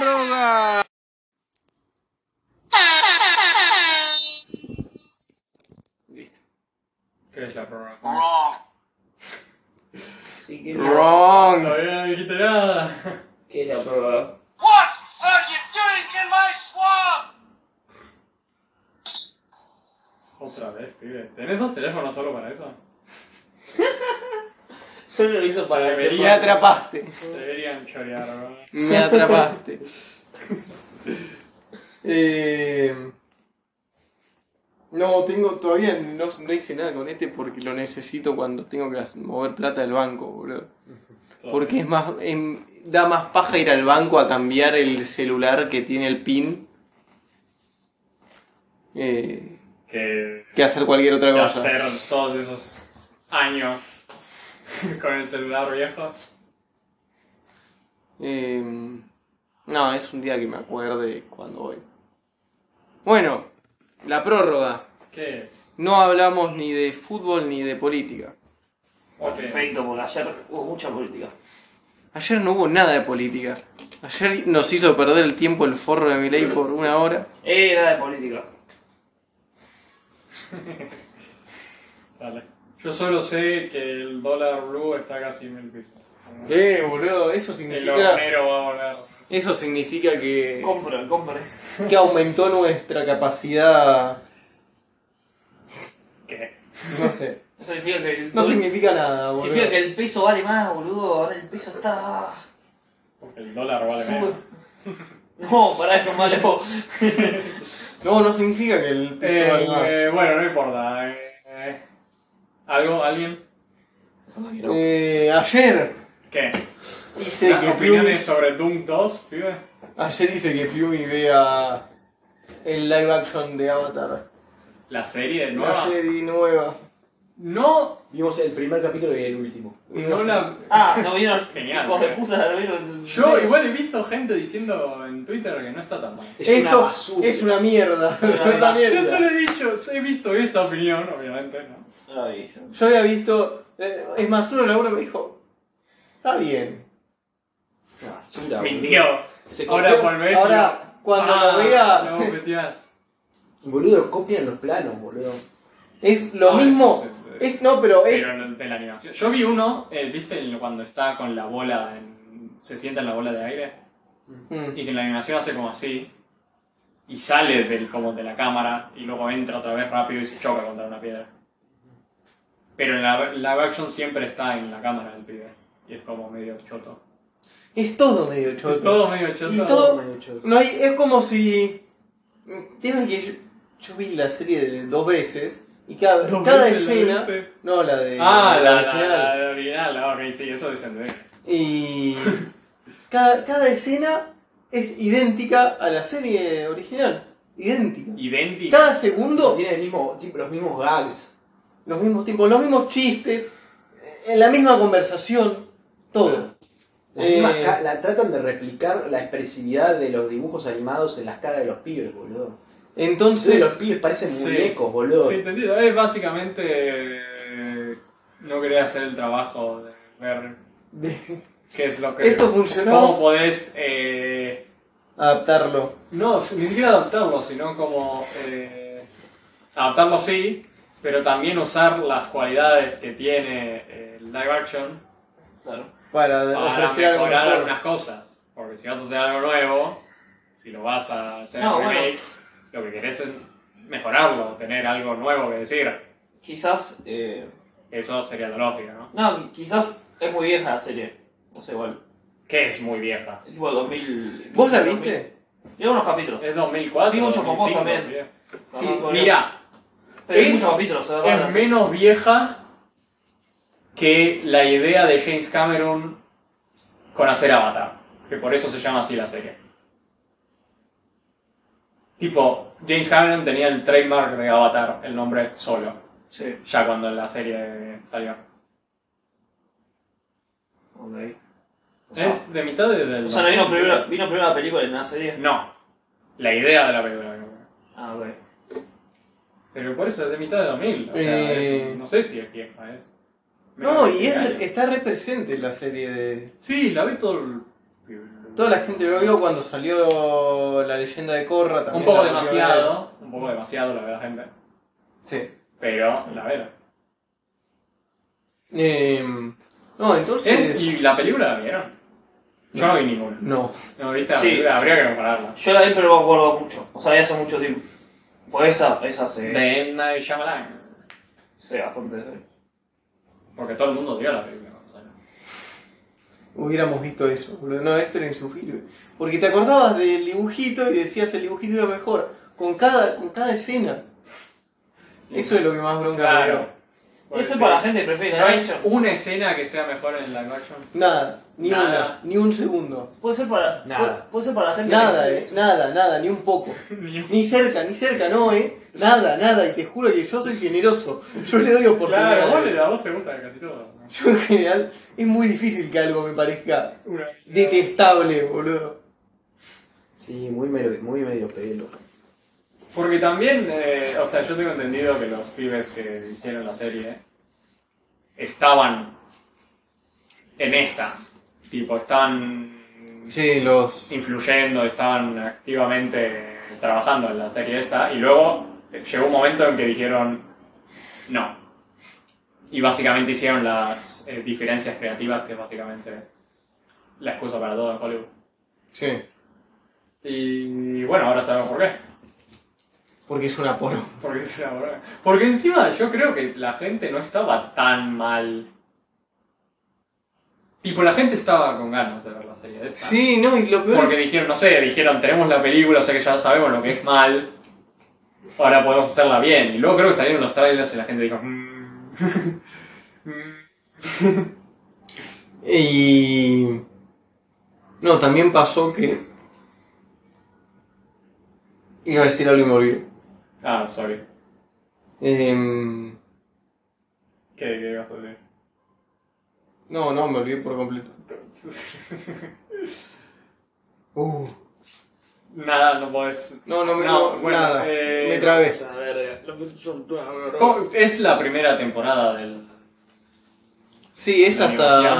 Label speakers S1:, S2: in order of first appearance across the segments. S1: droga.
S2: Listo.
S3: ¿Qué es la prórroga?
S4: Ah.
S2: Wrong.
S1: Así que
S2: Wrong.
S3: Todavía no dijiste nada.
S1: ¿Qué la prórroga?
S4: What are you doing in my swamp?
S3: Otra vez, pibe. ¿Tenés dos teléfonos solo para eso?
S1: Solo lo hizo para
S3: Debería
S1: que-
S2: Me atrapaste.
S3: Deberían chorear, ¿no?
S2: Me atrapaste. Eh, no, tengo todavía no, no hice nada con este porque lo necesito cuando tengo que hacer- mover plata del banco, boludo. Porque es más, em, da más paja ir al banco a cambiar el celular que tiene el PIN eh,
S3: Que
S2: que hacer cualquier otra
S3: que
S2: cosa.
S3: hacer todos esos años con el celular viejo.
S2: Eh, no, es un día que me acuerde cuando voy. Bueno, la prórroga.
S3: ¿Qué es?
S2: No hablamos ni de fútbol ni de política.
S3: Ok.
S1: Perfecto, porque ayer hubo mucha política.
S2: Ayer no hubo nada de política. Ayer nos hizo perder el tiempo el forro de Milei por una hora.
S1: Eh, nada de política.
S3: Dale. Yo solo sé que el dólar blue está casi en mil pesos.
S2: Eh, boludo, eso
S3: El hornero va a volar.
S2: Eso significa que,
S1: Compre, compre.
S2: que aumentó nuestra capacidad.
S3: ¿Qué?
S2: No sé.
S1: Eso significa que el,
S2: No significa nada, boludo.
S1: significa que el peso vale más, boludo. Ahora el peso está.
S3: Porque el dólar vale
S1: Sube.
S3: menos.
S1: No, para eso es malo.
S2: No, no significa que el piso
S3: Eh,
S2: vale más.
S3: eh, bueno, no importa. eh, eh. ¿Algo? ¿Alguien?
S2: Eh, ayer
S3: ¿Qué?
S2: hice
S3: ¿Las
S2: que
S3: opiniones
S2: Piumi-
S3: sobre Doom 2, pibe?
S2: Ayer hice que Piumi vea el live action de Avatar.
S3: ¿La serie
S2: La
S3: nueva?
S2: serie nueva.
S3: No,
S5: Vimos el primer capítulo y el último.
S3: no la...
S1: Ah, no vieron.
S3: Genial,
S1: Hijos de
S3: eh.
S1: puta, no vieron.
S3: Yo igual he visto gente diciendo en Twitter que no está tan mal.
S5: Es
S2: Eso
S5: una basura.
S2: es una mierda.
S1: Una
S2: Es una
S3: Yo
S2: mierda.
S3: solo he dicho, he visto esa opinión, obviamente, ¿no?
S1: Ay,
S2: Yo había visto. eh, Es más, uno de la obra me dijo. Está bien.
S5: Una basura.
S3: Mintió.
S5: Se
S3: Ahora
S5: copian-
S3: volvés y-
S2: Ahora, cuando
S3: Ah,
S2: lo vea.
S3: No, metías.
S5: Boludo, copian los planos, boludo.
S2: Es lo
S3: Ah,
S2: mismo.
S3: eso es-
S2: Es, no, pero es.
S3: Pero en- de la animación. Yo vi uno, eh, ¿viste? el- Cuando está con la bola, en- se sienta en la bola de aire.
S2: Mm.
S3: Y que la animación hace como así. Y sale del, como de la cámara. Y luego entra otra vez rápido y se choca contra una piedra. Pero en la live action siempre está en la cámara el pibe. Y es como medio choto.
S2: Es todo medio choto.
S3: Es todo medio choto.
S2: Y todo-
S5: medio choto.
S2: No hay, es como si. Tienes que. Yo, yo vi la serie de- dos veces. Y cada,
S3: Dos
S2: cada
S3: veces la
S2: escena.
S3: viste.
S2: No, la de.
S3: Ah, la, la,
S2: original.
S3: la, la original, ah, ok, sí, eso descendé.
S2: Y cada, cada escena es idéntica a la serie original. Idéntica.
S3: Idéntica.
S2: Cada segundo,
S5: Tiene el mismo, tipo, los mismos gags.
S2: los mismos tiempos, los mismos chistes, en la misma conversación, todo.
S5: Las
S2: Eh.
S5: mismas ca- la tratan de replicar la expresividad de los dibujos animados en las caras de los pibes, boludo. Entonces, los
S2: Entonces,
S5: pibes parecen
S3: Sí.
S5: muñecos, boludo.
S3: Sí, entendido. Es básicamente. eh, No querer hacer el trabajo de ver
S2: de-
S3: qué es lo que.
S2: esto
S3: ¿Cómo
S2: funcionó,
S3: podés. eh,
S2: adaptarlo.
S3: no, ni siquiera adaptarlo, sino como. eh, adaptarlo sí, pero también usar las cualidades que tiene eh, el live action
S1: claro.
S2: Para,
S3: para
S2: ofrecer algo
S3: mejorar
S2: mejor.
S3: algunas cosas. Porque si vas a hacer algo nuevo, si lo vas a hacer
S1: No,
S3: en
S1: bueno.
S3: remake, lo que querés es mejorarlo, tener algo nuevo que decir.
S1: Quizás. Eh...
S3: Eso sería la lógica, ¿no?
S1: No, quizás es muy vieja la serie. No sé, igual.
S3: Que es muy vieja.
S1: Es tipo del 2000.
S2: ¿Vos la viste? Eh,
S1: Yo unos capítulos.
S3: Es 2004.
S1: Vi mucho popó
S3: 2005,
S1: también.
S3: vieja.
S2: Sí,
S1: No, no, no.
S3: Mira,
S1: Pero hay
S3: es-
S1: muchos capítulos, de
S3: es
S1: verdad.
S3: menos vieja que la idea de James Cameron con hacer Avatar. Que por eso se llama así la serie. Tipo, James Cameron tenía el trademark de Avatar, el nombre solo,
S1: Sí.
S3: ya cuando la serie salió.
S1: Ok. O sea,
S3: Es de mitad de- del...
S1: o sea, no vino primero, vino primero la película en la serie.
S3: No, la idea de la película. creo.
S1: Ah, ok.
S3: Pero por eso es de mitad de 2000. O sea,
S2: Eh.
S3: es- no sé si es vieja, ¿eh?
S2: No,
S3: Menos de
S2: y es-
S3: 20 años.
S2: está represente la serie de...
S3: Sí, la vi todo el...
S2: Toda la gente lo vio cuando salió la leyenda de Korra también.
S3: Un poco
S2: la volvió a ver.
S3: demasiado, un poco demasiado, la verdad, gente.
S2: Sí.
S3: Pero la veo.
S2: Em, no,
S3: ¿Eh?
S2: entonces.
S3: ¿Y la película la vieron? Yo no vi ninguna.
S2: No.
S3: ¿No viste la
S1: Sí.
S3: película? Habría que compararla.
S1: Yo la vi, pero no me acuerdo mucho. O sea, ya hace mucho tiempo. Pues esa, esa se.
S3: De M. Night Shyamalan.
S1: Se bastante.
S3: Porque todo el mundo dio la película. cuando salió.
S2: Hubiéramos visto eso, boludo. No, esto era insufrible. Porque te acordabas del dibujito y decías el dibujito era mejor. Con cada, con cada escena. Eso es lo que más bronca me dio.
S3: Claro. Porque
S1: Eso
S3: sí.
S1: es para la gente que prefiere
S3: ¿No
S1: live
S3: hay
S1: action.
S3: una escena que sea mejor en live action?
S2: Nada, ni
S3: Nada.
S2: una, ni un segundo.
S1: Puede ser para.
S5: Nada.
S1: puede- Puede ser para la gente.
S2: Nada,
S1: que-
S2: eh, nada, nada, ni un poco. Ni cerca, ni cerca, no, eh. Nada, nada, y te juro que yo soy generoso. Yo le doy oportunidades.
S3: Claro, vos le- a vos te gusta casi todo.
S2: Yo en general es muy difícil que algo me parezca
S3: Una.
S2: detestable, boludo.
S5: Sí, muy medio, muy medio pelo.
S3: Porque también, eh, o sea, yo tengo entendido que los pibes que hicieron la serie estaban en esta. Tipo, estaban
S2: Sí, los.
S3: influyendo, estaban activamente trabajando en la serie esta, y luego llegó un momento en que dijeron no. Y básicamente hicieron las eh, diferencias creativas, que es básicamente la excusa para todo en Hollywood.
S2: Sí.
S3: Y bueno, ahora sabemos por qué.
S2: Porque es una poro.
S3: Porque es una broma. Porque encima yo creo que la gente no estaba tan mal. Tipo, la gente estaba con ganas de ver la serie esta.
S2: Sí, no, y lo peor.
S3: Porque dijeron, no sé, dijeron, tenemos la película, o sea que ya sabemos lo que es mal. Ahora podemos hacerla bien. Y luego creo que salieron los trailers y la gente dijo, "Mm". Mm.
S2: Y. No, también pasó que. Iba a decir algo y me olvidé.
S3: Ah, sorry.
S2: Em,
S3: ¿Qué, qué ibas a decir?
S2: No, no, me olvidé por completo. Uh,
S3: Nada, no podés.
S2: no, no me
S3: No,
S2: no,
S3: bueno,
S2: nada.
S3: eh,
S2: me trabé.
S3: ¿Cómo- Es la primera temporada del.
S2: Sí, es
S3: la animación?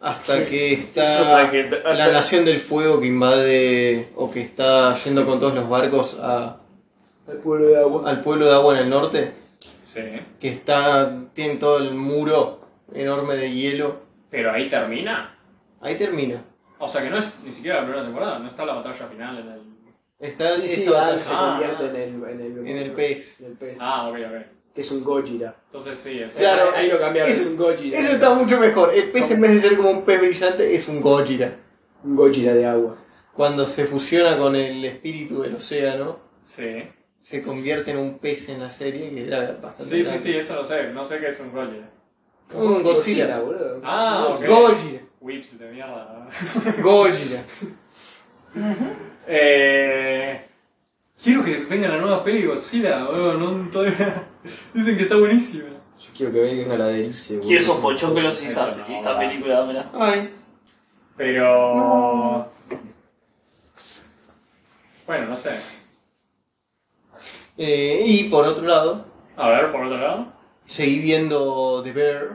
S2: hasta. Hasta que está la Nación del Fuego que invade o que está yendo con todos los barcos a-
S5: Al pueblo de agua.
S2: al pueblo de agua en el norte,
S3: Sí.
S2: que está tiene todo el muro enorme de hielo.
S3: Pero ahí termina.
S2: Ahí termina.
S3: O sea que no es ni siquiera la primera temporada, no está la batalla final en el.
S2: Está
S5: Sí, sí,
S2: esa
S5: Adán
S2: batalla.
S5: se
S3: Ah,
S5: convierte
S3: ah.
S5: en el, en el,
S2: En el pez.
S5: en el pez,
S3: Ah, ok, ok.
S5: que es un Gojira.
S3: Entonces sí, es.
S5: Claro, ahí lo cambiaron,
S2: Eso-
S5: es un Gojira.
S2: Eso está mucho mejor. El pez en vez de ser como un pez brillante es un Gojira.
S5: Un Gojira de agua.
S2: Cuando se fusiona con el espíritu del océano,
S3: Sí.
S2: se convierte en un pez en la serie que era bastante
S3: Sí, sí,
S2: grande.
S3: sí, eso lo sé. No sé qué es un Roger.
S2: Un Godzilla.
S5: boludo.
S3: Ah, ok.
S2: Gojira.
S3: Whips de mierda.
S2: Gojira.
S3: eh. Quiero que venga la nueva peli de Godzilla, boludo, no todavía. Dicen que está buenísima.
S5: Yo quiero que venga la delicia, boludo.
S1: Quiero esos pochoclos y
S3: Eso
S1: esa,
S3: no,
S1: y esa
S3: va.
S1: película, dámela.
S2: Ay.
S3: Pero. Bueno, no sé.
S2: Eh, y por otro lado,
S3: A ver, por otro lado.
S2: seguí viendo The Bear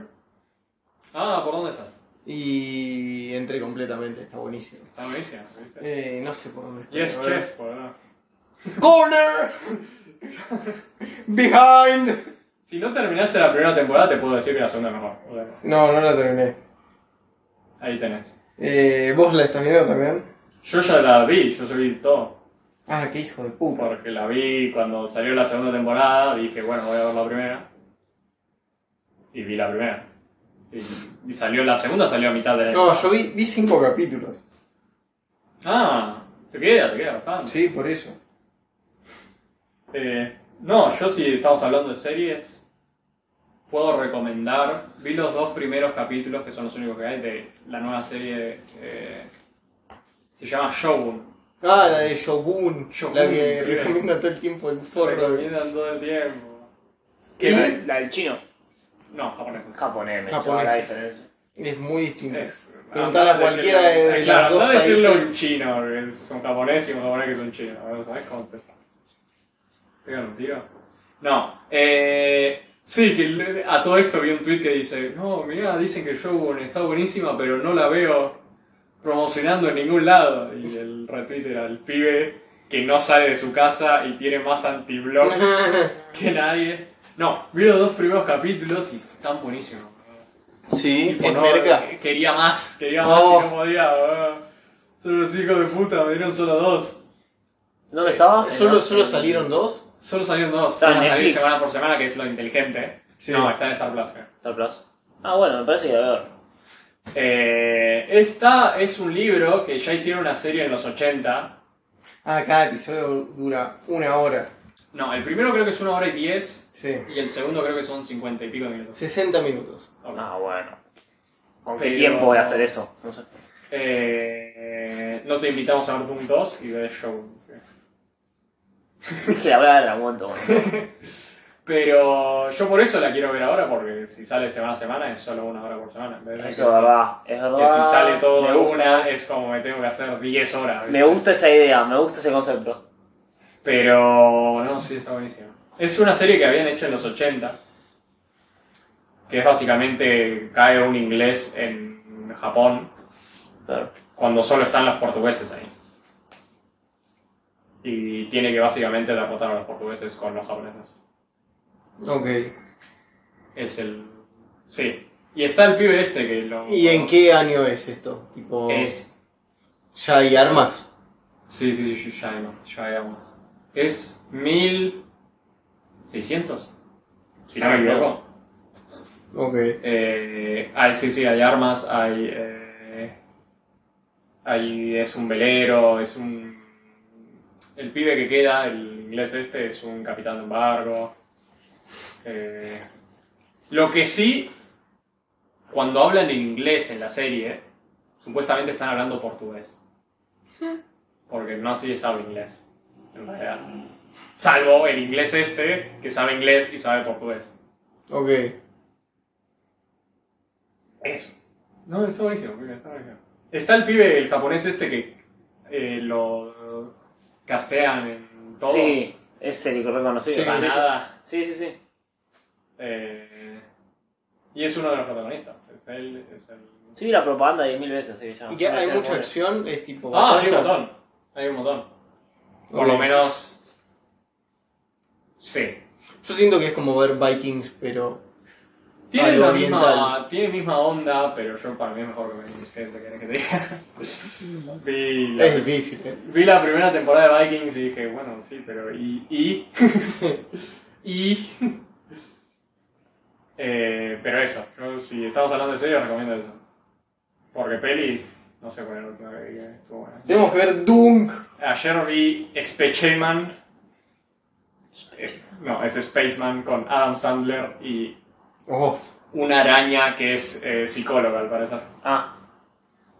S3: Ah, ¿por dónde estás?
S2: y entré completamente, está buenísimo.
S3: Está buenísima, ¿viste?
S2: Eh, no sé por dónde estoy,
S3: Yes,
S2: a ver.
S3: chef, boludo.
S2: Corner Behind
S3: Si no terminaste la primera temporada, te puedo decir que la segunda es mejor. O sea,
S2: No, no la terminé.
S3: Ahí tenés.
S2: Eh, ¿Vos la estás viendo también?
S3: Yo ya la vi, yo ya vi todo.
S2: Ah, qué hijo de puta.
S3: Porque la vi cuando salió la segunda temporada, dije, bueno, voy a ver la primera. Y vi la primera. Y, y salió la segunda, salió a mitad de la.
S2: No, yo vi, vi cinco capítulos.
S3: Ah, te queda, te queda bastante.
S2: Sí, por eso.
S3: Eh, no, yo si estamos hablando de series, puedo recomendar. Vi los dos primeros capítulos, que son los únicos que hay, de la nueva serie. eh, se llama Shogun.
S2: Ah, la de Shogun,
S3: Shogun,
S2: la que
S3: sí.
S2: recomienda todo el tiempo el forro.
S3: Recomiendan todo el tiempo.
S2: ¿Y?
S1: La del chino.
S3: No, japonesa.
S1: Japonés,
S2: Japonés.
S1: la diferencia.
S2: Es muy distinta.
S3: Es-
S2: Preguntale a
S3: andá
S2: cualquiera
S3: decirle-
S2: de- de
S3: claro,
S2: los dos
S3: andá a decirle a un
S2: países.
S3: chino, que es un japonés y un japonés que es un chino. A ver, ¿Sabes cómo te Pegan un tiro. No, eh, sí, que le- a todo esto vi un tweet que dice, no, mirá, dicen que Shogun está buenísima, pero no la veo. promocionando en ningún lado. Y el retweet era el pibe que no sale de su casa y tiene más anti-blog que nadie. No, vi los dos primeros capítulos y están buenísimos.
S2: Sí,
S3: Tipo,
S2: es
S3: no,
S2: merca.
S3: eh, Quería más, quería más
S2: Oh.
S3: y no podía. ah. Son los hijos de puta, me dieron solo dos.
S1: ¿Dónde estaba?
S2: Eh, ¿Solo, solo salieron dos?
S3: Solo salieron dos.
S1: Está en
S3: Van a salir
S1: Netflix.
S3: semana por semana, que es lo inteligente.
S2: Sí.
S3: No, está en Star Plus. eh. creo.
S1: Star Plus. Ah, bueno, me parece que a ver.
S3: Eh, esta es un libro que ya hicieron una serie en los 80.
S2: Ah, cada episodio dura una hora.
S3: No, el primero creo que es una hora y diez
S2: Sí.
S3: y el segundo creo que son cincuenta y pico de minutos.
S2: 60 minutos.
S3: Ok.
S1: Ah, bueno. ¿Con qué
S3: Pero-
S1: tiempo voy a hacer eso? No sé.
S3: Eh, no te invitamos a ver Doom 2 y ver Show.
S1: Dije la verdad, la aguanto. bueno.
S3: Pero yo por eso la quiero ver ahora, porque si sale semana a semana es solo una hora por semana. en vez de que
S1: Eso es verdad. Es
S3: si-
S1: verdad.
S3: que si sale todo
S1: me
S3: de
S1: gusta,
S3: una es como me tengo que hacer 10 horas.
S1: Me gusta esa idea, me gusta ese concepto.
S3: Pero no, sí, está buenísimo. Es una serie que habían hecho en los 80, que es básicamente cae un inglés en Japón
S1: Claro.
S3: cuando solo están los portugueses ahí. Y tiene que básicamente derrotar a los portugueses con los japoneses.
S2: Ok.
S3: Es el... Sí. Y está el pibe este que lo...
S2: ¿Y en qué año es esto? Tipo,
S3: Es.
S2: ¿Ya hay armas?
S3: Sí, sí, sí, ya vemos, ya vemos. Es 1600. Si no me equivoco.
S2: Ok.
S3: Eh, hay, sí, sí, hay armas, hay. eh, hay. Es un velero, es un. El pibe que queda, el inglés este, es un capitán de un barco. Eh, lo que sí, cuando hablan en inglés en la serie, supuestamente están hablando portugués. Porque no así sabe inglés, en realidad. Salvo el inglés este, que sabe inglés y sabe portugués.
S2: Ok.
S3: Eso. No, está buenísimo, mira, está buenísimo. Está el pibe, el japonés este que eh, lo castean en todo.
S1: Sí, es el reconocido.
S3: Sí, para nada.
S1: sí, sí, sí.
S3: Eh, y es uno de los protagonistas. Es él, es el...
S1: Sí, vi la propaganda 10.000 veces, así que ya.
S2: ¿Y que
S1: no
S2: hay
S1: sé,
S2: mucha
S1: bueno.
S2: acción? ¿Es tipo
S3: Ah, hay un
S2: batallas?
S3: montón. Hay un montón. Por
S2: Ok.
S3: lo menos... Sí.
S2: Yo siento que es como ver Vikings, pero...
S3: Tiene
S2: Algo
S3: la misma,
S2: oriental.
S3: tiene misma onda, pero yo para mí es mejor que me gente, que te diga. Vi la-
S2: Es difícil, ¿eh?
S3: Vi la primera temporada de Vikings y dije, bueno, sí, pero y. y. y. Eh, pero eso, yo, si estamos hablando de serio, recomiendo eso. Porque peli, no sé cuál es la última que vi que estuvo buena.
S2: Tenemos que ver Dunk.
S3: Ayer vi Spaceman. Eh, no, es Spaceman con Adam Sandler y
S2: Oh,
S3: una araña que es eh, psicóloga, al parecer.
S1: Ah,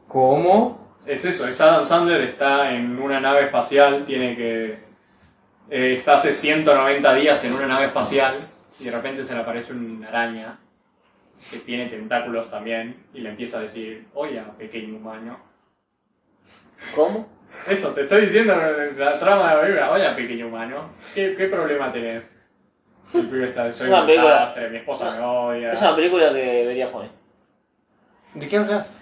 S2: ¿Cómo?
S3: Es eso, es Adam Sandler, está en una nave espacial, tiene que... eh, está hace 190 días en una nave espacial y de repente se le aparece una araña que tiene tentáculos también y le empieza a decir, oye, pequeño humano.
S1: ¿cómo?
S3: Eso, te estoy diciendo la trama de la película, oye, pequeño humano, ¿qué, qué problema tenés? El pibe está, soy
S1: Una
S3: un
S1: película.
S3: desastre, mi esposa me odia.
S1: Es una película que deberías poner.
S2: ¿De qué hablas?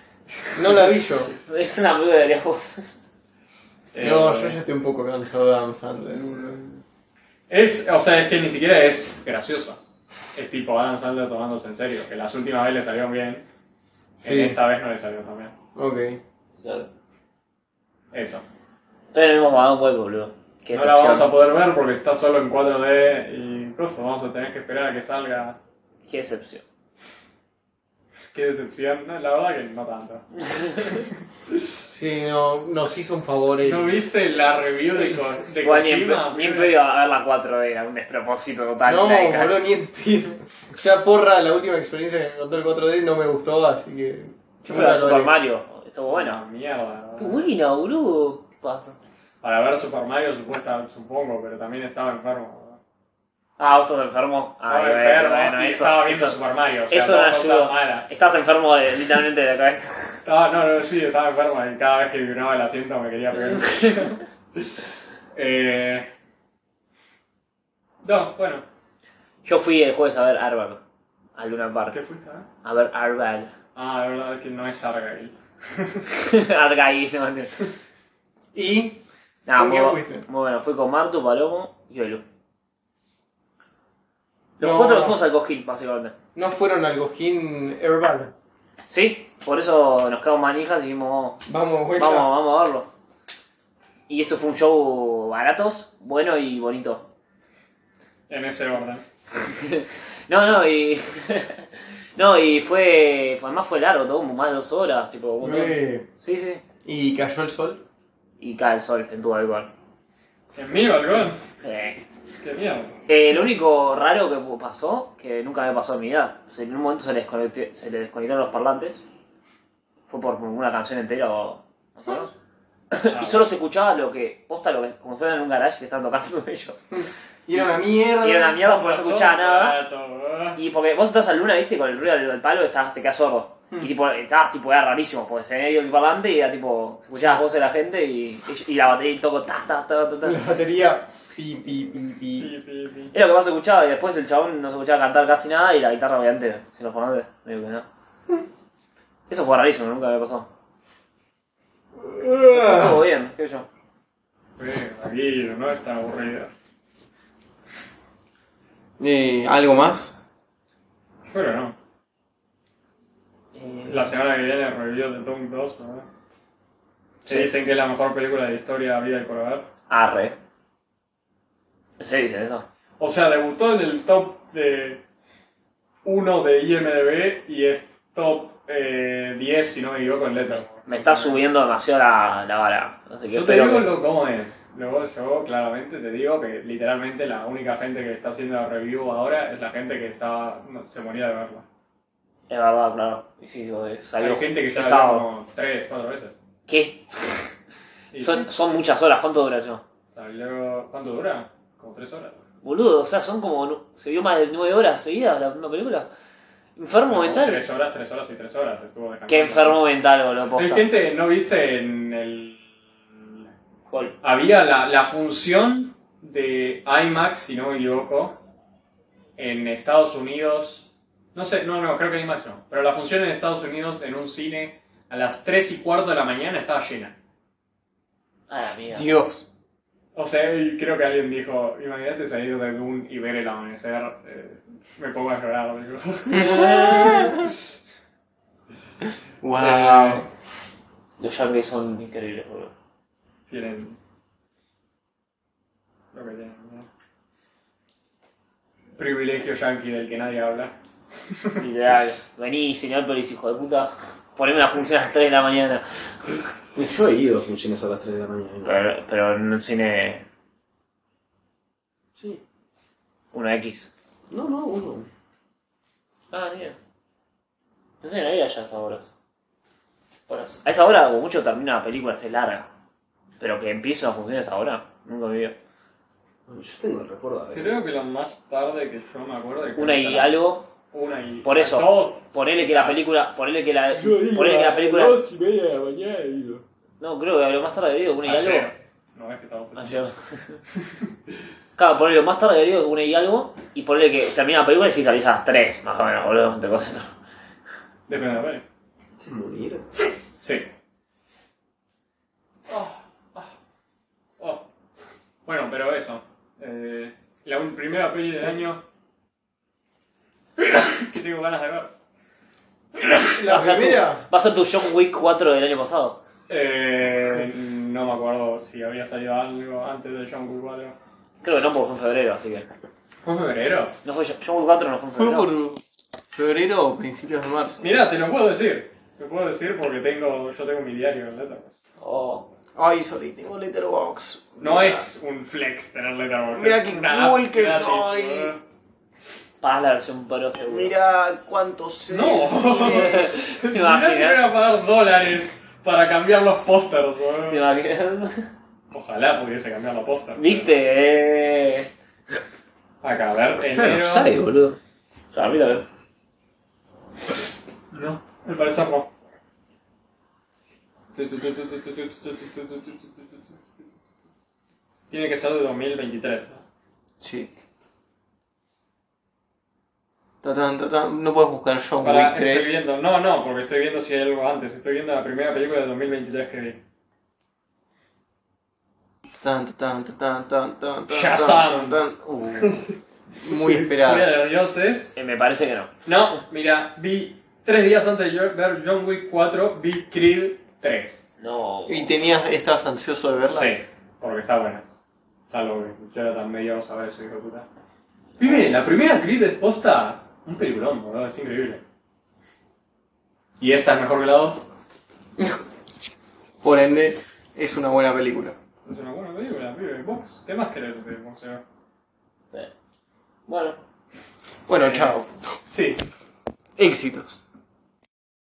S2: No la vi yo.
S1: Es una película que deberías poner.
S3: Eh,
S2: No, yo ya estoy un poco cansado de Adam Sandler. boludo.
S3: Es, o sea, es que ni siquiera es gracioso. Es tipo Adam Sandler tomándose en serio, que las últimas veces le salieron bien,
S2: Sí,
S3: en esta vez no le salió tan bien.
S2: ok.
S3: Eso.
S1: Estoy en el mismo vagón, güey, boludo. Qué
S3: No la vamos
S1: decepción.
S3: a poder ver porque está solo en 4D y incluso vamos a tener que esperar a que salga.
S1: Qué decepción.
S3: Qué decepción. No, la verdad que no tanto.
S2: Sí, no, nos hizo un favor. el-
S3: ¿No viste la review de, Ko- de
S1: Igual ni en,
S3: Kojima?
S1: pe- ni en pedo iba a ver la 4D, era un despropósito total.
S2: No,
S1: la de-
S2: boludo, ni en pedo. Ya porra, la última experiencia que me contó el 4D no me gustó, así que.
S1: Yo fui a
S2: nunca lo
S1: Super
S2: haré.
S1: Mario, estuvo bueno.
S3: Mierda.
S1: Qué bueno, boludo. ¿Qué pasa?
S3: Para ver Super Mario supuesta, supongo, pero también estaba enfermo.
S1: Ah, vos estás enfermo. Ah,
S3: Estaba
S1: bueno,
S3: enfermo
S1: bueno,
S3: y
S1: eso-
S3: estaba viendo
S1: eso-
S3: Super Mario. O sea,
S1: Eso no
S3: dos cosas
S1: ayuda.
S3: malas.
S1: Estás enfermo de- literalmente de la cabeza.
S3: No, Ah, no, no, sí, estaba enferma y cada vez que vibraba el asiento me quería pegar. un tiro. eh... No, bueno,
S1: Yo fui el jueves a ver Arbag. Al Luna
S3: ¿qué
S1: Park.
S3: fuiste? eh?
S1: A ver Arbag.
S3: Ah, de verdad que no es Argyle.
S6: Argaí, no, no.
S2: Y
S6: No,
S2: ¿Con
S6: muy,
S2: quién
S6: bu-
S2: fuiste?
S6: muy bueno, fui con Martu, Palomo y Belu. Los
S2: No.
S6: cuatro nos fuimos al Cosquín, básicamente.
S2: no fueron al Gojín Herbal.
S6: Sí, por eso nos quedamos manijas y dijimos, "Oh,
S2: Vamos, güey.
S6: vamos, vamos a verlo. Y esto fue un show baratos, bueno y bonito.
S3: En ese orden.
S6: No, no, y. no, y fue. Además fue largo, todo, más de dos horas, tipo. un montón.
S2: Eh,
S6: Sí, sí.
S2: Y cayó el sol.
S6: Y cae el sol en tu balcón.
S3: En mi balcón.
S6: Sí.
S3: Qué mierda.
S6: Eh, lo único raro que pu- pasó, que nunca me pasó en mi edad, o sea, en un momento se le, desconecté- se le desconectaron los parlantes, fue por una canción entera o más o menos,
S3: Ah,
S6: y solo se escuchaba lo que, posta, lo que, como fuera en un garage que están tocando ellos.
S2: Y era una mierda.
S6: Y era una mierda porque no se
S3: pasó
S6: escuchaba
S3: un
S6: nada,
S3: rato,
S6: y porque vos estás al luna, viste, con el ruido del, del palo, estás, te quedas sordo.
S3: Hmm.
S6: Y tipo, estabas tipo, era rarísimo, porque se había ido el parlante y era tipo, escuchabas voces de la gente y, y, y la batería y toco, ta, ta, ta, ta, ta.
S2: La batería. Pi, pi, pi, pi.
S3: Pi, pi, pi.
S6: Es lo que más escuchaba y después el chabón no se escuchaba cantar casi nada y la guitarra obviamente, si los ponentes, medio que no.
S3: Hmm.
S6: Eso fue rarísimo, nunca había pasado.
S3: Ah.
S2: Ah.
S6: Estuvo bien, qué sé yo.
S3: Eh, Tranquilo, no está aburrido.
S2: Eh, ¿Algo más?
S3: Yo creo que no.
S6: Eh,
S3: La semana que viene review de Doom 2, ¿verdad? Que
S6: Sí.
S3: dicen que es la mejor película de la historia vida y por haber.
S6: Arre. ¿Se dice eso?
S3: O sea, debutó en el top de 1 de IMDB y es top eh, 10, si no me equivoco, en Letterboxd.
S6: Me está subiendo demasiado la, la vara. Así que
S3: Yo te
S6: espero
S3: digo
S6: que-
S3: lo, cómo es. Luego yo claramente te digo que literalmente la única gente que está haciendo la review ahora es la gente que estaba, no, se moría de verla.
S6: Es verdad, claro. Y sí, lo de- salió
S3: Hay gente que ya la vio
S6: pesado.
S3: como 3, 4 veces.
S6: ¿Qué?
S3: Y
S6: Son, son muchas horas, ¿cuánto dura eso?
S3: Salió... ¿Cuánto dura? Como 3 horas.
S6: Boludo, o sea, son como... nu- ¿Se vio más de nueve horas seguidas la misma película? Enfermo mental.
S3: 3 horas, 3 horas y 3 horas. Estuvo dejando.
S6: Qué enfermo mental, boludo,
S3: Hay
S6: posta.
S3: gente, ¿no viste en el...
S6: ¿Cuál?
S3: Había la, la función de IMAX, si no me equivoco, en Estados Unidos. No sé, no, no, creo que IMAX no. Pero la función en Estados Unidos en un cine a las 3 y cuarto de la mañana estaba llena.
S6: A la mierda.
S2: Dios.
S3: O sea, y creo que alguien dijo, imagínate salir de Dune y ver el amanecer, eh, me pongo a llorar. digo.
S2: Wow.
S6: Los Yankees son increíbles, boludo.
S3: tienen lo que tienen, ¿no? Privilegio yankee del que nadie habla.
S6: Literal. Vení, señor Pelis, hijo de puta. Poneme una función a las 3 de la mañana.
S5: Eh, Yo he ido a funciones a las 3 de la mañana.
S6: Pero, en un cine
S5: Sí.
S6: 1X.
S5: No, no, uno.
S6: Ah, mira. No sé, no había ya a esas horas. Horas. A esa hora, como mucho, termina la película, se larga. Pero que empiece una función a esa hora, nunca me vi.
S5: Bueno, Yo tengo el recuerdo a ver.
S3: Creo que lo más tarde que yo me acuerdo que
S6: Una y algo.
S3: Una y
S6: Por eso.
S3: Dos.
S6: Ponele que la película. Ponele que la. Ponele que la película.
S5: y media de la mañana he ido.
S6: No, creo que lo más tarde habría ido una y
S3: Ayer.
S6: algo.
S3: No es que estamos
S6: Ayer. claro, ponele más tarde habría ido una y algo. Y ponele que termina la película y si salís a las 3, más o menos, boludo. Te concentro.
S3: Depende de la peli.
S5: ¿Te murieron?
S3: Sí. Oh, oh, oh. Bueno, pero eso. Eh, la un- primera peli del año que tengo ganas de ver.
S2: La
S6: Vas a tu-
S2: primera.
S6: Va a ser tu John Wick 4 del año pasado.
S3: Eh, no me acuerdo si había salido algo antes de John Wick 4.
S6: Creo que no, porque fue en febrero, así que.
S3: ¿Fue en febrero?
S6: No fue John John Wick 4 no fue en
S2: Fue
S6: febrero.
S2: por febrero o principios de marzo.
S3: Mirá, te lo puedo decir. Te puedo decir porque tengo, yo tengo mi diario en Letterboxd.
S6: Oh.
S2: Ay, sorry, tengo letterbox.
S3: No es un flex tener Letterboxd.
S2: Mirá
S3: es
S2: qué
S3: una app
S2: cool que
S3: gratis,
S2: soy.
S3: boludo.
S6: Pagás la versión pro seguro.
S2: Mira cuántos.
S3: No.
S6: ¿Te
S3: Mirá si voy
S6: imaginas?
S3: a pagar dólares para cambiar los pósters, boludo.
S6: ¿Te imaginas?
S3: Ojalá pudiese cambiar la póster.
S6: ¿Viste? Eh.
S3: Acá, a ver, enero...
S5: Claro, sabe, boludo.
S6: Ah, mira, a ver.
S3: No, me parece no. Tiene que ser de 2023. ¿no?
S2: Sí. Tatán, tatán. No puedes buscar John
S3: Para,
S2: Wick
S3: estoy
S2: 3.
S3: viendo, no, no, porque estoy viendo si hay algo antes. Estoy viendo la primera película de 2023 que vi.
S2: Tan, tan, tan, tan, tan, tan, tan, tan,
S3: Shazam.
S2: tan. Uh, Muy
S3: Furia
S2: esperado.
S3: de los dioses.
S6: Eh, me parece que no.
S3: No, mira, vi tres días antes de ver John Wick 4, vi Creed 3.
S6: No.
S2: Y tenías, estabas ansioso de verla.
S3: Sí, porque está buena. Salvo que yo era tan medio a ver soy hijo de puta. Pibe, la primera Creed es posta. Un peliculón, boludo, es increíble. ¿Y esta es mejor que la 2?
S2: Por ende, es una buena película.
S3: Es una buena película, pibe. ¿Vos qué más querés de boxeo?
S6: Eh. Bueno.
S2: Bueno, chao.
S3: Sí.
S2: Éxitos.